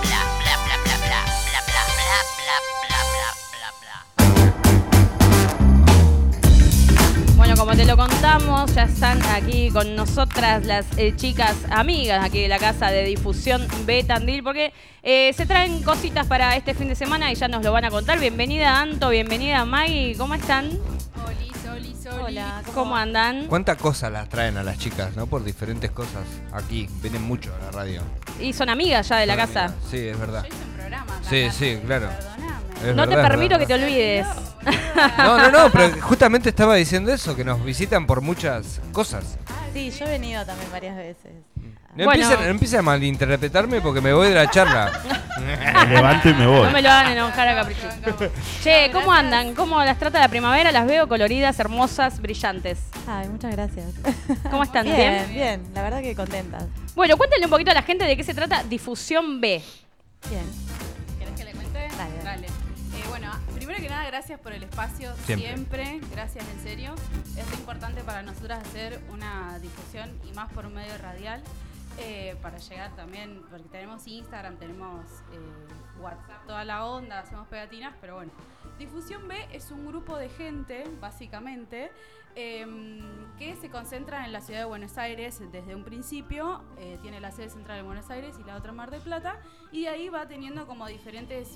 bla, bla, bla, bla, bla, bla, bla, bla, bla, bla, bla, bla. Bueno, como te lo contamos, ya están aquí con nosotras las eh, chicas amigas aquí de la casa de difusión Betandil, porque eh, se traen cositas para este fin de semana y ya nos lo van a contar. Bienvenida Anto, bienvenida Maggie, ¿cómo están? Hola, ¿cómo, andan? ¿Cuántas cosas las traen a las chicas, no? Por diferentes cosas. Aquí, vienen mucho a la radio. Y son amigas ya de la Para casa. mí, Sí, es verdad. programa. Sí, sí, claro. Es No te verdad, es permito que te verdad. olvides. No, no, no, pero justamente estaba diciendo eso, que nos visitan por muchas cosas. Sí, yo he venido también varias veces. No Bueno. empiecen- no empiecen a malinterpretarme porque me voy de la charla. Me levanto y me voy. No me lo hagan enojar a Capricho. Che, ¿cómo andan? ¿Cómo las trata la primavera? Las veo coloridas, hermosas, brillantes. Ay, muchas gracias. ¿Cómo están? Bien, bien. La verdad que contentas. Bueno, cuéntenle un poquito a la gente de qué se trata Difusión B. Bien. ¿Querés que le cuente? Dale. Eh, bueno, primero que nada, gracias por el espacio Siempre. siempre. Gracias, en serio. Es importante para nosotras hacer una difusión y más por un medio radial eh, para llegar también, porque tenemos Instagram, tenemos eh, WhatsApp, toda la onda, hacemos pegatinas, pero bueno. Difusión B es un grupo de gente, básicamente, em, que se concentra en la ciudad de Buenos Aires desde un principio. eh, tiene la sede central en Buenos Aires y la otra en Mar del Plata. Y de ahí va teniendo como diferentes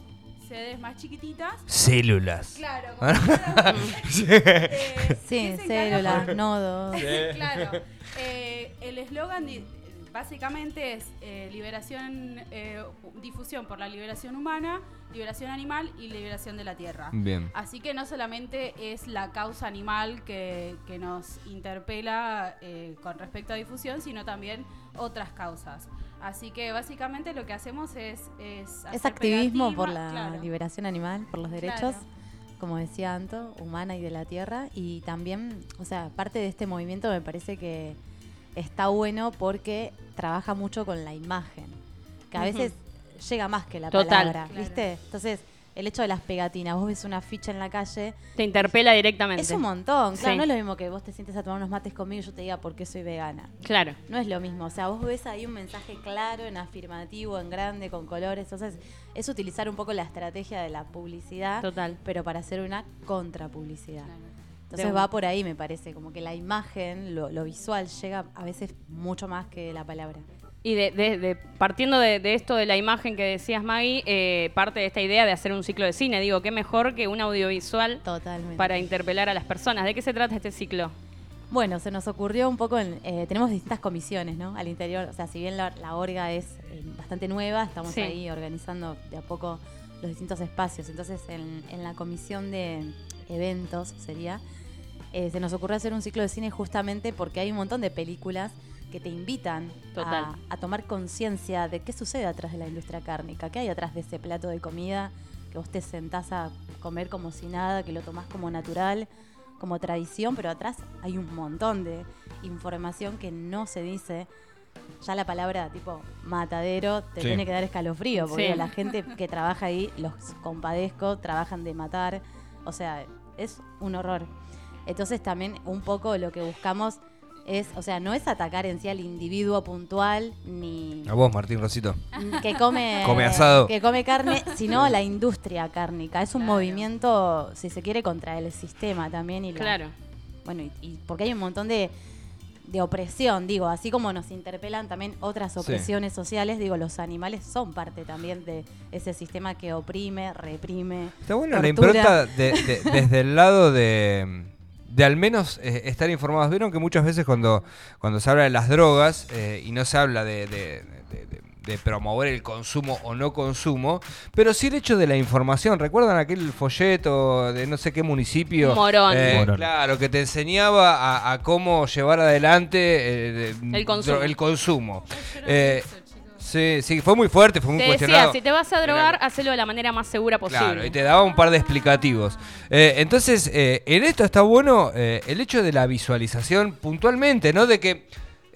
sedes más chiquititas. Células. Claro, Ah. Sí. eh, Sí, células, nodos. claro. Eh, el eslogan di- básicamente es eh, liberación, eh, difusión por la liberación humana, liberación animal y liberación de la tierra. Bien. Así que no solamente es la causa animal que, que nos interpela eh, con respecto a difusión, sino también otras causas. Así que básicamente lo que hacemos es... Es, Es hacer activismo pegatina, por la claro. liberación animal, por los derechos, Claro. como decía Anto, humana y de la tierra. Y también, o sea, parte de este movimiento me parece que está bueno porque trabaja mucho con la imagen, que a Ujú. veces llega más que la Total. palabra, Claro. ¿viste? Entonces, el hecho de las pegatinas, vos ves una ficha en la calle, Te interpela directamente. es un montón, claro, Sí. no es lo mismo que vos te sientes a tomar unos mates conmigo y yo te diga por qué soy vegana. Claro. No es lo mismo, o sea, vos ves ahí un mensaje claro, en afirmativo, en grande, con colores, entonces es utilizar un poco la estrategia de la publicidad, Total. pero para hacer una contrapublicidad. Claro. De Entonces una. va por ahí, me parece, como que la imagen, lo, lo visual llega a veces mucho más que la palabra. Y de, de- de- partiendo de, de esto de la imagen que decías, Maggie, eh, parte de esta idea de hacer un ciclo de cine. Digo, qué mejor que un audiovisual Totalmente. para interpelar a las personas. ¿De qué se trata este ciclo? Bueno, se nos ocurrió un poco, en- eh, tenemos distintas comisiones, ¿no? Al interior, o sea, si bien la, la orga es eh, bastante nueva, estamos Sí. ahí organizando de a poco los distintos espacios. Entonces, en, en la comisión de eventos sería, eh, se nos ocurrió hacer un ciclo de cine justamente porque hay un montón de películas que te invitan Total. a, a tomar conciencia de qué sucede atrás de la industria cárnica, qué hay atrás de ese plato de comida, que vos te sentás a comer como si nada, que lo tomás como natural, como tradición, pero atrás hay un montón de información que no se dice. Ya la palabra tipo matadero te Sí. tiene que dar escalofrío, porque Sí. la gente que trabaja ahí, los compadezco, trabajan de matar, o sea, es un horror. Entonces también un poco lo que buscamos es, o sea, no es atacar en sí al individuo puntual ni A vos, Martín Rosito. que come, Ah, Come asado. que come carne, sino la industria cárnica. Es un movimiento, si se quiere, contra el sistema también y la- Claro. bueno, y, y porque hay un montón de, de opresión, digo, así como nos interpelan también otras opresiones sociales, digo, los animales son parte también de ese sistema que oprime, reprime. Está bueno la Tortura. impronta de- de- desde el lado de, de al menos eh, estar informados. Vieron que muchas veces cuando, cuando se habla de las drogas eh, y no se habla de, de- de- de- de promover el consumo o no consumo, pero sí el hecho de la información. ¿Recuerdan aquel folleto de no sé qué municipio? Morón. Eh, Morón. Claro, que te enseñaba a, a cómo llevar adelante eh, de- El consumo. el consumo. Pero Eh, eso, chicos. sí, sí, fue muy fuerte, fue muy Te decía, cuestionado. si te vas a drogar, Era- hacelo de la manera más segura posible. Claro, y te daba un par de explicativos. Eh, entonces, eh, en esto está bueno eh, el hecho de la visualización puntualmente, ¿no? De que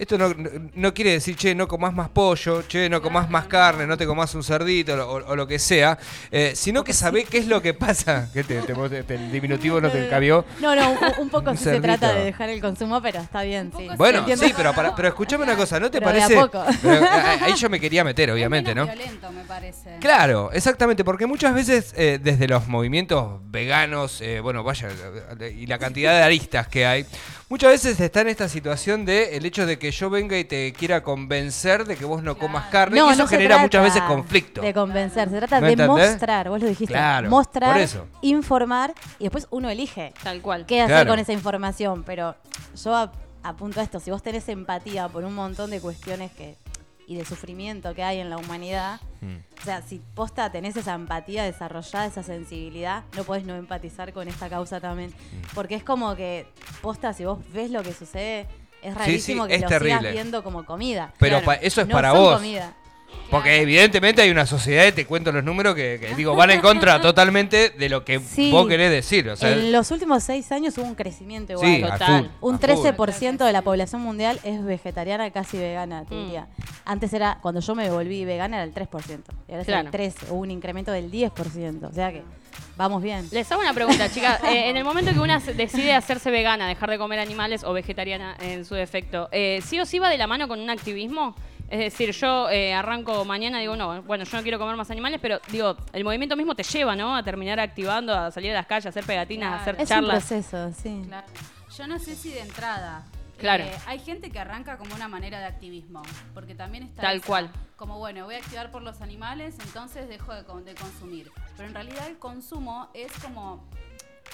Esto no, no- no quiere decir, che, no comás más pollo, che, no comás más carne, no te comás un cerdito lo- o, o lo que sea, eh, sino que sabés qué es lo que pasa. Que te, te- vos te- te- el diminutivo no te cabió. No, no, un, un poco Un sí se trata cerdito. de dejar el consumo, pero está bien, sí. poco Bueno, Entiendo. sí, pero, para, pero escuchame una cosa, ¿no te Pero de a parece? poco. pero, a- ahí yo me quería meter, obviamente, es ¿no? menos violento, me parece. Claro, exactamente, porque muchas veces eh, desde los movimientos veganos, eh, bueno, vaya, eh, y la cantidad de aristas que hay, muchas veces está en esta situación de el hecho de que yo venga y te quiera convencer de que vos no comas carne, y eso se genera trata muchas veces conflicto. De convencer, se trata ¿No de entendés? mostrar, vos lo dijiste, Claro, mostrar, por eso. informar y después uno elige Tal cual. qué hacer Claro. con esa información, pero yo ap- apunto a esto, si vos tenés empatía por un montón de cuestiones que y de sufrimiento que hay en la humanidad, Mm. o sea, si posta tenés esa empatía desarrollada, esa sensibilidad, no podés no empatizar con esta causa también. Mm. Porque es como que, posta, si vos ves lo que sucede, es rarísimo que es lo terrible. sigas viendo como comida. Pero Claro. pa- eso es No para son vos. comida. Porque evidentemente hay una sociedad, y te cuento los números, que, que digo, van en contra totalmente de lo que Sí. vos querés decir. O sea, en los últimos seis años hubo un crecimiento igual. sí, a Total. full, a un full. 13% de la población mundial es vegetariana, casi vegana, te Mm. diría. Antes era, cuando yo me volví vegana era el 3%. Y ahora Claro. es el 3%, hubo un incremento del 10%. O sea que vamos bien. Les hago una pregunta, chicas. Eh, en el momento que una se- decide hacerse vegana, dejar de comer animales o vegetariana en su defecto, eh, ¿sí o sí va de la mano con un activismo? Es decir, yo eh, arranco mañana, digo, no, bueno, yo no quiero comer más animales, pero digo, el movimiento mismo te lleva, ¿no? A terminar activando, a salir a las calles, a hacer pegatinas, a Claro. hacer Es un charlas. proceso, sí. Claro. Yo no sé si de entrada. Claro. eh, hay gente que arranca como una manera de activismo, porque también está... Tal cual. Como, bueno, voy a activar por los animales, entonces dejo de, con- de consumir. Pero en realidad el consumo es como...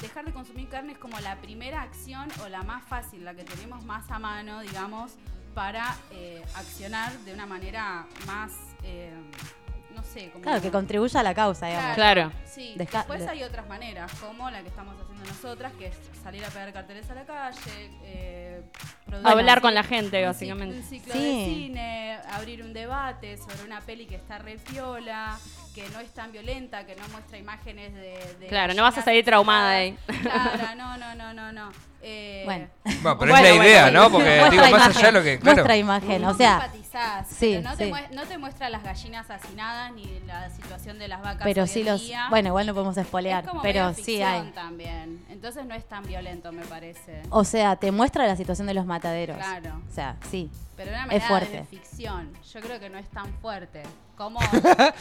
Dejar de consumir carne es como la primera acción o la más fácil, la que tenemos más a mano, digamos, para eh, accionar de una manera más... eh, no sé, como... Claro, que contribuya a la causa, digamos. Claro. Sí, Desca- después de- hay otras maneras, como la que estamos haciendo nosotras, que es salir a pegar carteles a la calle, eh, producir- Hablar con la gente, un cic- básicamente. Un ciclo Sí. de cine, abrir un debate sobre una peli que está re piola, que no es tan violenta, que no muestra imágenes de. de Claro, no vas a chicas salir traumada de ahí. Claro, no, no, no, no, no. Eh, Bueno. Bueno, pero Bueno, es la bueno, idea, sí. ¿no? Porque Muestra digo, más imagen, allá de lo que. Muestra Claro, imagen, no o sea, empatizás, sí, pero no, sí. Te mue- no te muestra las gallinas hacinadas ni la situación de las vacas. pero hoy sí en los... día. Bueno, igual no podemos Es espolear, como pero medio sí ficción hay. también. Entonces no es tan violento, me parece. O sea, te muestra la situación de los mataderos. Claro. O sea, sí. Pero de una es manera fuerte. de ficción. Yo creo que no es tan fuerte. Como,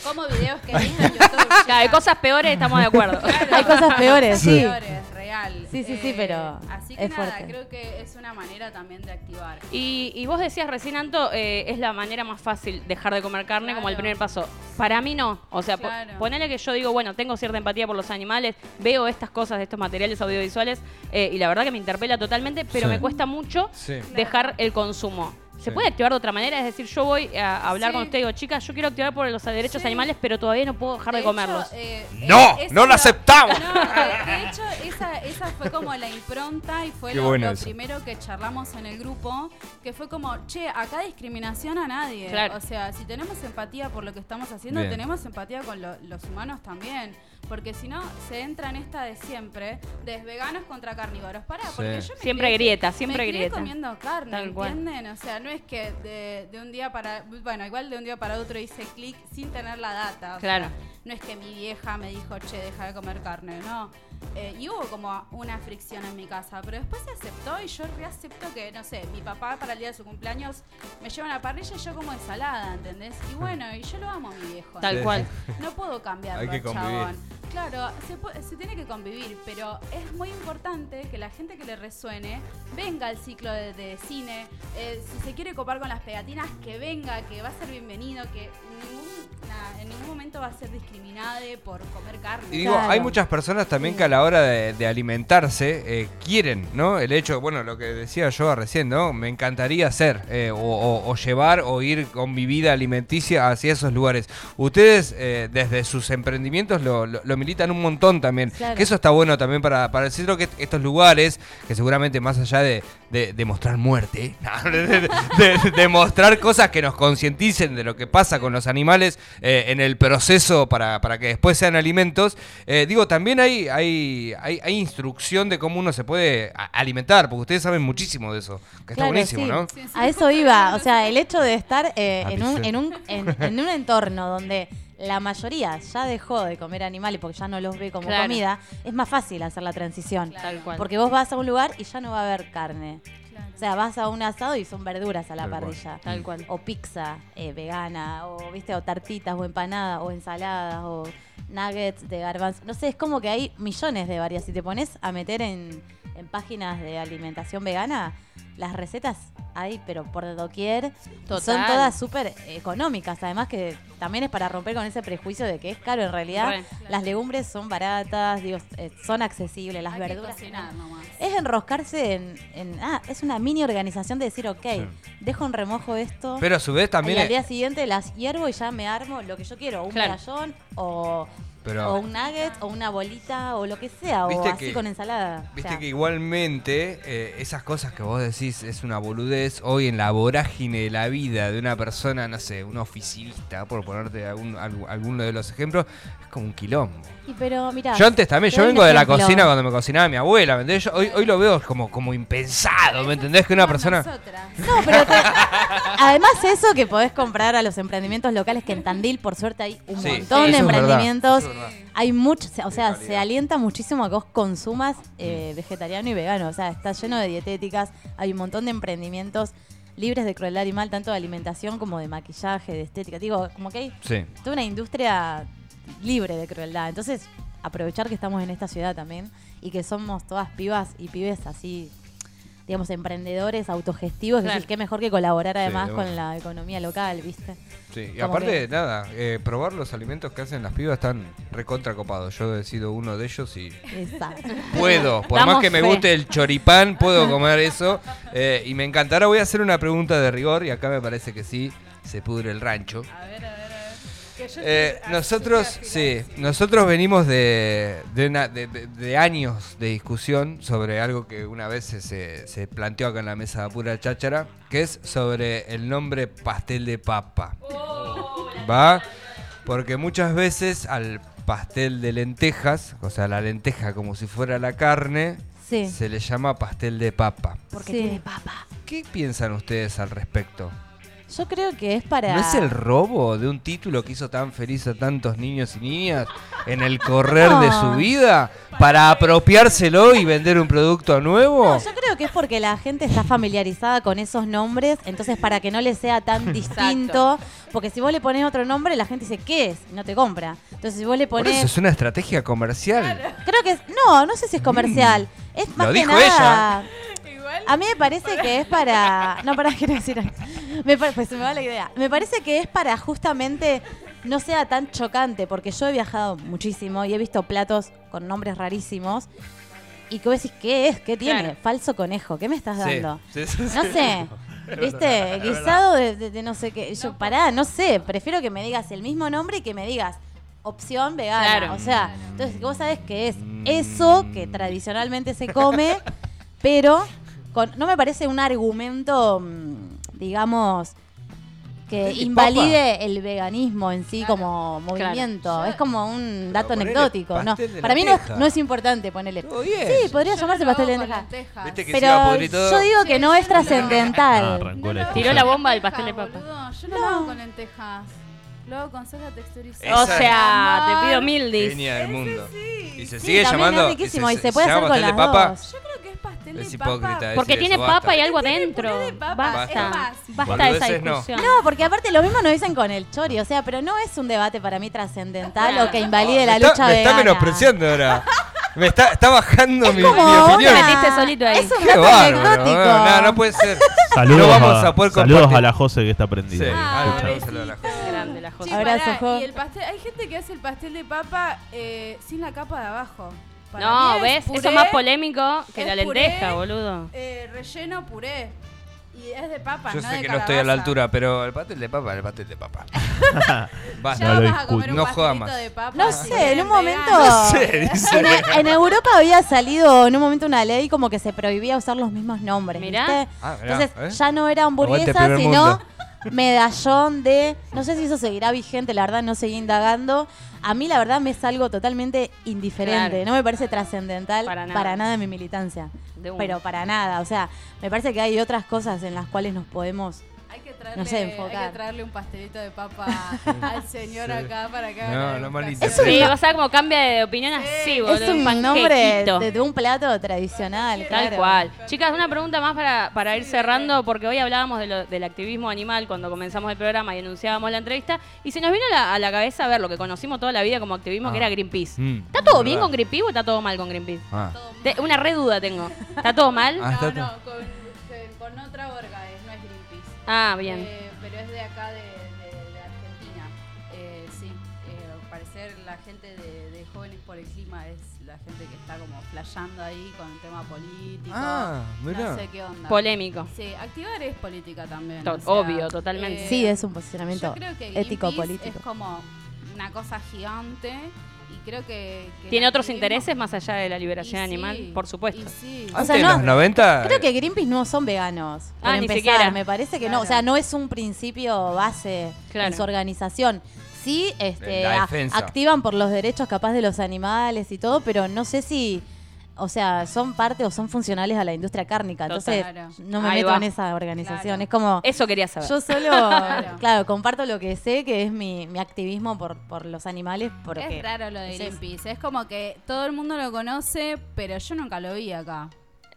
como videos que he visto en YouTube. Claro, hay cosas peores, estamos de acuerdo. Claro, Hay cosas peores, sí. peores, real. Eh, Sí, sí, sí, pero Así que es nada, fuerte. creo que es una manera también de activar. Y, y vos decías recién, Anto, eh, es la manera más fácil dejar de comer carne como el Claro. primer paso. Para mí no. O sea, po- Claro. ponele que yo digo, bueno, tengo cierta empatía por los animales, veo estas cosas, estos materiales audiovisuales, eh, y la verdad que me interpela totalmente, pero Sí. me cuesta mucho Sí. dejar el consumo. ¿Se Sí. puede activar de otra manera? Es decir, yo voy a hablar Sí. con usted y digo, chicas, yo quiero activar por los derechos Sí. animales, pero todavía no puedo dejar de, hecho, comerlos. eh, ¡No! eh, eso ¡No lo aceptamos! No, de, de hecho, esa, esa fue como la impronta y fue Qué lo, bueno lo eso. primero que charlamos en el grupo, que fue como, che, acá discriminación a nadie. Claro. O sea, si tenemos empatía por lo que estamos haciendo, Bien. tenemos empatía con lo- los humanos también. Porque si no, se entra en esta de siempre, de veganos contra carnívoros. Pará, porque Sí. yo me Siempre crié- grieta, siempre me crié grieta. comiendo carne, Tal cual. ¿entienden? O sea, no es que de, de un día para... Bueno, igual de un día para otro hice clic sin tener la data. o sea, Claro. no es que mi vieja me dijo, che, deja de comer carne, no. Eh, y hubo como una fricción en mi casa, pero después se aceptó y yo reacepto que, no sé, mi papá para el día de su cumpleaños me lleva una parrilla y yo como ensalada, ¿entendés? Y bueno, y yo lo amo a mi viejo. Tal Sí. cual. No puedo cambiarlo, Hay que convivir. chabón. Claro, se, pu- se tiene que convivir, pero es muy importante que la gente que le resuene venga al ciclo de, de cine. Eh, si se quiere copar con las pegatinas, que venga, que va a ser bienvenido, que ningún- na- en ningún momento va a ser discriminada por comer carne. Y digo, Claro. hay muchas personas también Sí. que a la hora de, de alimentarse eh, quieren, ¿no? El hecho, bueno, lo que decía yo recién, ¿no? Me encantaría hacer eh, o, o- o llevar o ir con mi vida alimenticia hacia esos lugares. Ustedes eh, desde sus emprendimientos lo, lo- lo militan un montón también. Claro. Que eso está bueno también para, para decirlo que estos lugares, que seguramente más allá de, de- de mostrar muerte, de, de- de- de mostrar cosas que nos concienticen de lo que pasa con los animales, eh, en el proceso para, para que después sean alimentos. Eh, digo, también hay, hay, hay, hay instrucción de cómo uno se puede a- alimentar, porque ustedes saben muchísimo de eso, que está Claro, buenísimo, sí. ¿no? Sí, sí. A eso iba, o sea, el hecho de estar eh, Ah, en, un, viste. en, un, en, en un entorno donde la mayoría ya dejó de comer animales porque ya no los ve como Claro. comida, es más fácil hacer la transición. Tal cual. Porque vos vas a un lugar y ya no va a haber carne. Claro. O sea, vas a un asado y son verduras a la Tal cual. parrilla. Tal cual. O pizza eh, vegana, o viste, o tartitas, o empanadas, o ensaladas, o nuggets de garbanzo. No sé, es como que hay millones de varias. Si te pones a meter en, en páginas de alimentación vegana, las recetas hay, pero por doquier. Total. Son todas súper económicas. Además que también es para romper con ese prejuicio de que es caro en realidad. Re. Las legumbres son baratas, digo, eh, son accesibles, las Hay que verduras. cocinar nomás. Es enroscarse en, en- Ah, es una mini organización de decir, ok, dejo en remojo esto. Pero a su vez también... y al día siguiente las hiervo y ya me armo lo que yo quiero, un Claro. medallón o, Pero- o un nugget o una bolita o lo que sea, o Viste así que- con ensalada. O Viste sea, que igualmente eh, esas cosas que vos decís es una boludez, hoy en la vorágine de la vida de una persona, no sé, un oficinista, por ponerte algún, algu- alguno de los ejemplos, es como un quilombo. y pero mirá, Yo antes también, te yo doy un vengo de la ejemplo. cocina cuando me cocinaba mi abuela, ¿me entendés? Yo hoy, hoy lo veo como, como impensado, ¿me entendés? Que una Somos persona... nosotras. No, pero te- además eso que podés comprar a los emprendimientos locales, que en Tandil por suerte hay un Sí, montón eso de es verdad, emprendimientos. eso es verdad. Hay mucho, o sea, se calidad. alienta muchísimo a que vos consumas eh, Mm. vegetariano y vegano. O sea, está lleno de dietéticas, hay un montón de emprendimientos libres de crueldad animal, tanto de alimentación como de maquillaje, de estética. Digo, como que hay Sí. toda una industria libre de crueldad. Entonces, aprovechar que estamos en esta ciudad también y que somos todas pibas y pibes así, digamos, emprendedores, autogestivos. Es decir, Claro. qué mejor que colaborar además de con una. la economía local, ¿viste? Sí, y Como aparte, que- nada, eh, probar los alimentos que hacen las pibas están recontra copados. Yo he sido uno de ellos y Esa. Puedo, por Damos más que me fe. guste el choripán, puedo comer eso. eh, y me encanta. Ahora voy a hacer una pregunta de rigor y acá me parece que sí, se pudre el rancho. A ver, a ver, a ver. Que yo Eh, estoy- nosotros, estoy sí, afilada, nosotros venimos de, de una- de- de- de años de discusión sobre algo que una vez se- se, se planteó acá en la mesa pura cháchara, que es sobre el nombre pastel de papa. Oh, ¿Va? Porque muchas veces al pastel de lentejas, o sea, la lenteja como si fuera la carne, Sí. se le llama pastel de papa. Porque tiene papa. ¿Qué piensan ustedes al respecto? Yo creo que es para. ¿No es el robo de un título que hizo tan feliz a tantos niños y niñas en el correr de No. su vida para apropiárselo y vender un producto nuevo? No, yo creo que es porque la gente está familiarizada con esos nombres, entonces para que no le sea tan distinto, porque si vos le pones otro nombre, la gente dice, ¿qué es? Y No te compra. Entonces si vos le Por pones... eso es una estrategia comercial. Creo que es. No, no sé si es comercial. Es más Mm. Lo que dijo nada. Igual. A mí me parece que es para. No, para quiero decir algo. Me pare- pues se me va la idea. Me parece que es para justamente no sea tan chocante, porque yo he viajado muchísimo y he visto platos con nombres rarísimos. Y que vos decís, ¿qué es? ¿Qué tiene? Claro. Falso conejo. ¿Qué me estás Sí, dando? sí, sí, sí. No sé. ¿Viste? Guisado de, de- de no sé qué. Yo, pará, no sé. Prefiero que me digas el mismo nombre y que me digas opción vegana. Claro. O sea, entonces vos sabés que es eso que tradicionalmente se come, pero con- no me parece un argumento, mm, digamos, que ¿Pastel de invalide el veganismo en sí como Claro. movimiento. Es como un dato ponele anecdótico. No, pastel de para mí no, es- lenteja. no es importante ponerle. Todo bien. Sí, pues, podría llamarse Yo pastel de lo hago con lenteja. lentejas. Viste que se iba a Pero pudrir todo. yo digo que no es Ah, trascendental. arrancó la Tiró discusión. la bomba del pastel de Lenteja, papa. boludo, Yo no, lo hago con lentejas. Lo hago con soja texturizada. O Esa- sea, te pido mil dis. Genia del mundo. Y se Sí, también sigue llamando. es riquísimo y se puede llama hacer con pastel las de papa. dos. Yo creo que es pastel Es de hipócrita eh. papa. decir Porque tiene eso, basta. papa y algo Porque tiene adentro. puré de papa, Basta. es más. Basta de esa Boludeces no. discusión. No, porque aparte lo mismo nos dicen con el chori, o sea, pero no es un debate para mí trascendental o que invalide la Me está- lucha Me está vegana. menospreciando ahora. Me está, está bajando mi, mi Como opinión. una- metiste solito ahí. Es un Qué dato bárbaro, anecdótico. boludo. No, no puede ser. Saludos, no vamos a, a poder saludos compartir. a la Jose que está Sí, prendida. Ah, Escucha. ahora un saludo a la José. Grande la José. Che, Abrazo, pará, Jo. y el pastel- hay gente que hace el pastel de papa eh, sin la capa de abajo. Para mí No, es ¿ves? puré, Eso es más polémico que es la puré, lenteja, boludo. eh, relleno puré. Y es de papa, Yo no sé de que no estoy a la calabaza. altura, pero el pastel de papa, el pastel de papa. Ya No Basta. lo vas a comer discuto. un No pastelito joda más. de papa, No si sé, eres en un vegano. momento. dice. En, en Europa había salido en un momento una ley como que se prohibía usar los mismos nombres. Mirá. ¿viste? Ah, mirá, Entonces ¿eh? ya no era Aguante el hamburguesa, primer sino mundo. medallón de. No sé si eso seguirá vigente, la verdad, no seguí indagando. A mí, la verdad, me es algo totalmente indiferente. Claro. No me parece trascendental Para nada. en mi militancia. De una. Pero para nada. O sea, me parece que hay otras cosas en las cuales nos podemos. Hay que traerle, No sé, Hay enfocar. que traerle un pastelito de papa al señor Sí. acá para que No, haga la no degustación. malinterpretes. Sí, Es un- o sea, como cambia de opinión así, boludo. es un nombre panquequito. de, de un plato tradicional. Tal claro. cual. Chicas, una pregunta más para, para ir cerrando, porque hoy hablábamos de lo- del activismo animal cuando comenzamos el programa y anunciábamos la entrevista, y se nos vino a la, a la cabeza ver lo que conocimos toda la vida como activismo, que Ah. era Greenpeace. Mm, ¿Está todo es bien verdad. con Greenpeace o está todo mal con Greenpeace? Ah. Te- una re duda tengo. ¿Está todo mal? Ah. No, está no, con, con otra orga, es, no es Greenpeace. Ah, bien. Eh, pero es de acá, de, de- de Argentina. Eh, sí, eh, al parecer la gente de, de Jóvenes por el Clima es la gente que está como flasheando ahí con el tema político. Ah, mirá. No sé qué onda. Polémico. sí, activar es política también. To- o sea, eh, obvio, totalmente. Sí, es un posicionamiento yo creo que ético Greenpeace político. Es como una cosa gigante y creo que. que el ¿Tiene otros activismo- intereses más allá de la Y liberación sí, animal? Por supuesto. y sí. Antes sea, de no, los eh, 90. Creo que Greenpeace no son veganos. Ah, para ni empezar, siquiera. me parece que no. Claro. O sea, no es un principio base Claro. en su organización. Sí, este, La a- defensa. activan por los derechos capaz de los animales y todo, pero no sé si, o sea, son parte o son funcionales a la industria cárnica. Entonces, Total. no me Ahí meto va. Eh, en esa organización. Claro. Es como, Eso quería saber. yo solo, Claro. claro, comparto lo que sé, que es mi, mi activismo por, por los animales. Porque, Es raro lo de es- Greenpeace. Es como que todo el mundo lo conoce, pero yo nunca lo vi acá.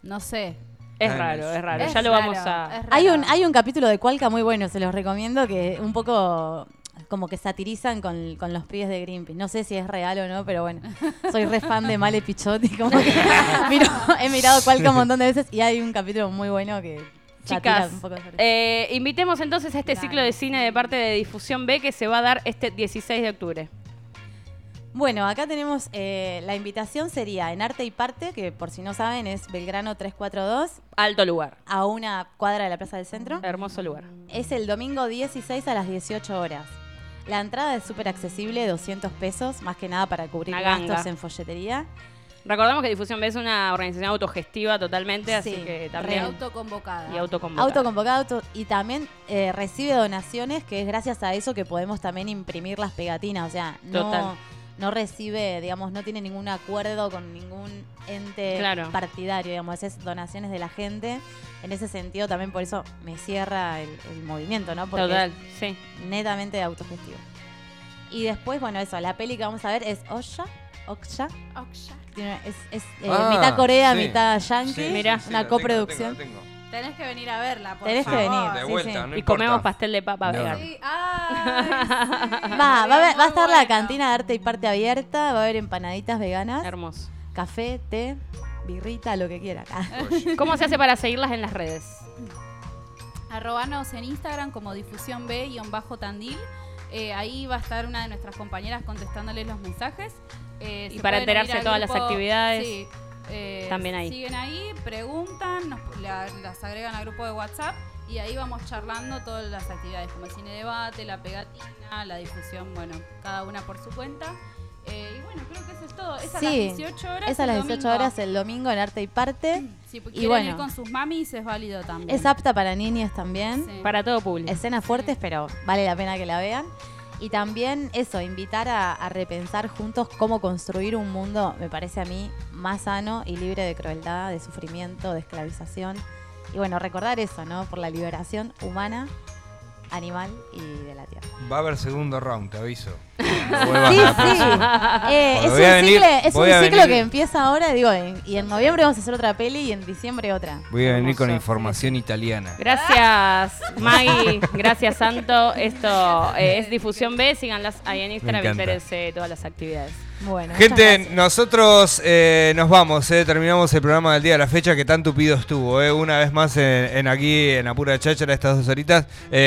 No sé. es raro, es raro. Es ya lo raro, vamos a... es raro. Hay un, hay un capítulo de Cualca muy bueno, se los recomiendo, que un poco como que satirizan con, con los pibes de Greenpeace. No sé si es real o no, pero bueno, soy re fan de Male Pichotti. Como que miro- he mirado Cualca un montón de veces y hay un capítulo muy bueno que satira Chicas, un poco sobre- eh, invitemos entonces a este Dale. ciclo de cine de parte de Difusión B que se va a dar este 16 de octubre. Bueno, acá tenemos eh, la invitación sería en Arte y Parte, que por si no saben es Belgrano 342, Alto lugar, a una cuadra de la Plaza del Centro. hermoso lugar. Es el domingo 16 a las 18 horas. La entrada es súper accesible, 200 pesos, más que nada para cubrir Una ganga. gastos en folletería. Recordamos que Difusión B es una organización autogestiva totalmente, así Sí, que Re también... autoconvocada. y autoconvocada. Autoconvocado auto- y también eh, recibe donaciones, que es gracias a eso que podemos también imprimir las pegatinas. O sea, Total. no, no recibe, digamos, no tiene ningún acuerdo con ningún ente Claro. partidario, digamos, es donaciones de la gente. En ese sentido, también por eso me cierra el, el movimiento, ¿no? Porque Total, sí. netamente autogestivo. Y después, bueno, eso, la peli que vamos a ver es Osha, Oksha, Oksha. tiene- es, es, eh, Ah, mitad Corea, sí. mitad Yankee, Sí, sí, Mirá. sí, una la tengo, la coproducción. tengo, la tengo. Tenés que venir a verla, por Tenés que favor. venir, De sí, vuelta, sí. no y importa. comemos pastel de papa No. vegano. Sí, ay, sí. Va, va, a ver- va a Muy estar la bueno. cantina de arte y parte abierta, va a haber empanaditas veganas, Hermoso. café, té, birrita, lo que quieran. Ah, ¿Cómo se hace para seguirlas en las redes? Arrobanos en Instagram como difusión B-tandil. Eh, ahí va a estar una de nuestras compañeras contestándoles los mensajes. Eh, Y se para pueden enterarse unir de al todas las grupo. actividades, Sí. Eh, también ahí. Siguen ahí, preguntan, nos- la- las agregan al grupo de WhatsApp y ahí vamos charlando todas las actividades como el cine debate, la pegatina, la difusión, bueno, cada una por su cuenta. Eh, y bueno, creo que eso es todo. Es a Sí, las 18 horas. es a el las 18 domingo. eh. horas el domingo en arte y parte. Si quieren Y bueno. ir con sus mamis es válido también. Es apta para niñas también. Sí. Para todo público. escenas fuertes, pero vale la pena que la vean. Y también eso, invitar a, a repensar juntos cómo construir un mundo, me parece a mí, más sano y libre de crueldad, de sufrimiento, de esclavización. Y bueno, recordar eso, ¿no? Por la liberación humana, animal y de la tierra. Va a haber segundo round, te aviso. Sí, Vuelvas a- sí. Eh, Porque es un, voy a venir- cicle- es un voy a ciclo venir- que empieza ahora, digo, en- y en noviembre vamos a hacer otra peli y en diciembre otra. Voy a venir con Hermoso. información italiana. Gracias, Maggie. Gracias, Santo. Esto eh, es Difusión B. Síganlas ahí en Instagram y encanta. entérese de todas las actividades. Bueno. muchas Gente, gracias. nosotros eh, nos vamos, eh, terminamos el programa del día de la fecha que tan tupido estuvo, eh, una vez más en, en aquí en Apura Cháchara estas dos horitas, eh,